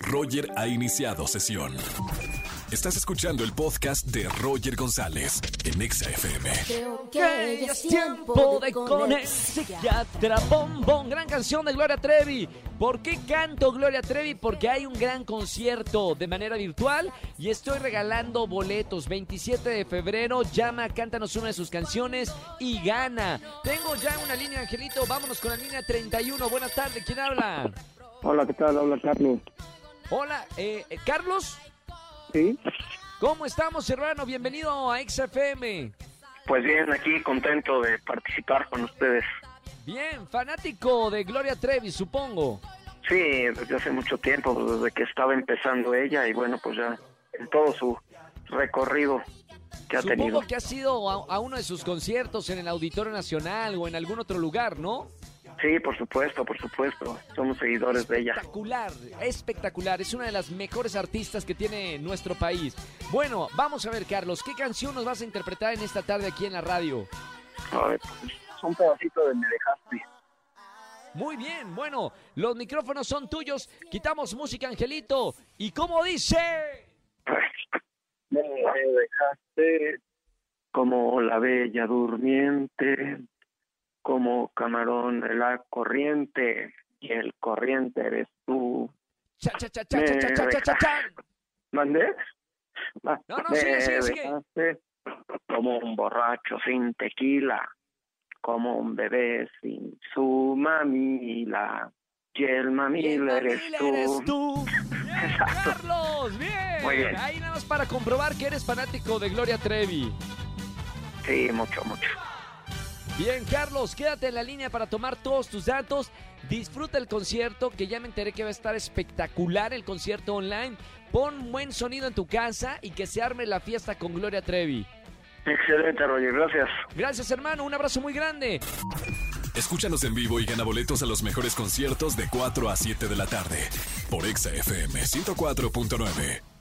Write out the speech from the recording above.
Roger ha iniciado sesión. Estás escuchando el podcast de Roger González en Exa FM. Creo Que ya es tiempo de con el psiquiatra bombón. Gran canción de Gloria Trevi. ¿Por qué canto Gloria Trevi? Porque hay un gran concierto de manera virtual y estoy regalando boletos. 27 de febrero, llama, cántanos una de sus canciones y gana. Tengo ya una línea, Angelito. Vámonos con la línea 31. Buenas tardes, ¿quién habla? Hola, ¿qué tal? Habla Carlos. Hola, eh, eh, Carlos. ¿Sí? ¿Cómo estamos, hermano? Bienvenido a XFM. Pues bien, aquí contento de participar con ustedes. Bien, fanático de Gloria Trevi, supongo. Sí, desde hace mucho tiempo, desde que estaba empezando ella y bueno, pues ya en todo su recorrido que ha Supongo tenido. que has ido a, a uno de sus conciertos en el Auditorio Nacional o en algún otro lugar, ¿no? Sí, por supuesto, por supuesto. Somos seguidores de ella. Espectacular, espectacular. Es una de las mejores artistas que tiene nuestro país. Bueno, vamos a ver, Carlos, ¿qué canción nos vas a interpretar en esta tarde aquí en la radio? A ver, pues, un pedacito de Me Dejaste. Muy bien, bueno, los micrófonos son tuyos. Quitamos música, Angelito. ¿Y cómo dice? Me dejaste como la bella durmiente, como camarón de la corriente, y el corriente eres tú. Cha, cha, cha, cha, cha, cha, cha, cha, cha, cha. ¿Mandé? Va, No, no, me sigue, sigue, sigue. dejaste Como un borracho sin tequila, como un bebé sin su mamila, y el Y el mamila eres mamila tú. eres tú. Bien, Exacto. Carlos, bien. Muy bien. Ahí nada más para comprobar que eres fanático de Gloria Trevi. Sí, mucho, mucho. Bien, Carlos, quédate en la línea para tomar todos tus datos. Disfruta el concierto, que ya me enteré que va a estar espectacular el concierto online. Pon buen sonido en tu casa y que se arme la fiesta con Gloria Trevi. Excelente, Roger, gracias. Gracias, hermano. Un abrazo muy grande. Escúchanos en vivo y gana boletos a los mejores conciertos de 4 a 7 de la tarde por Exa FM 104.9.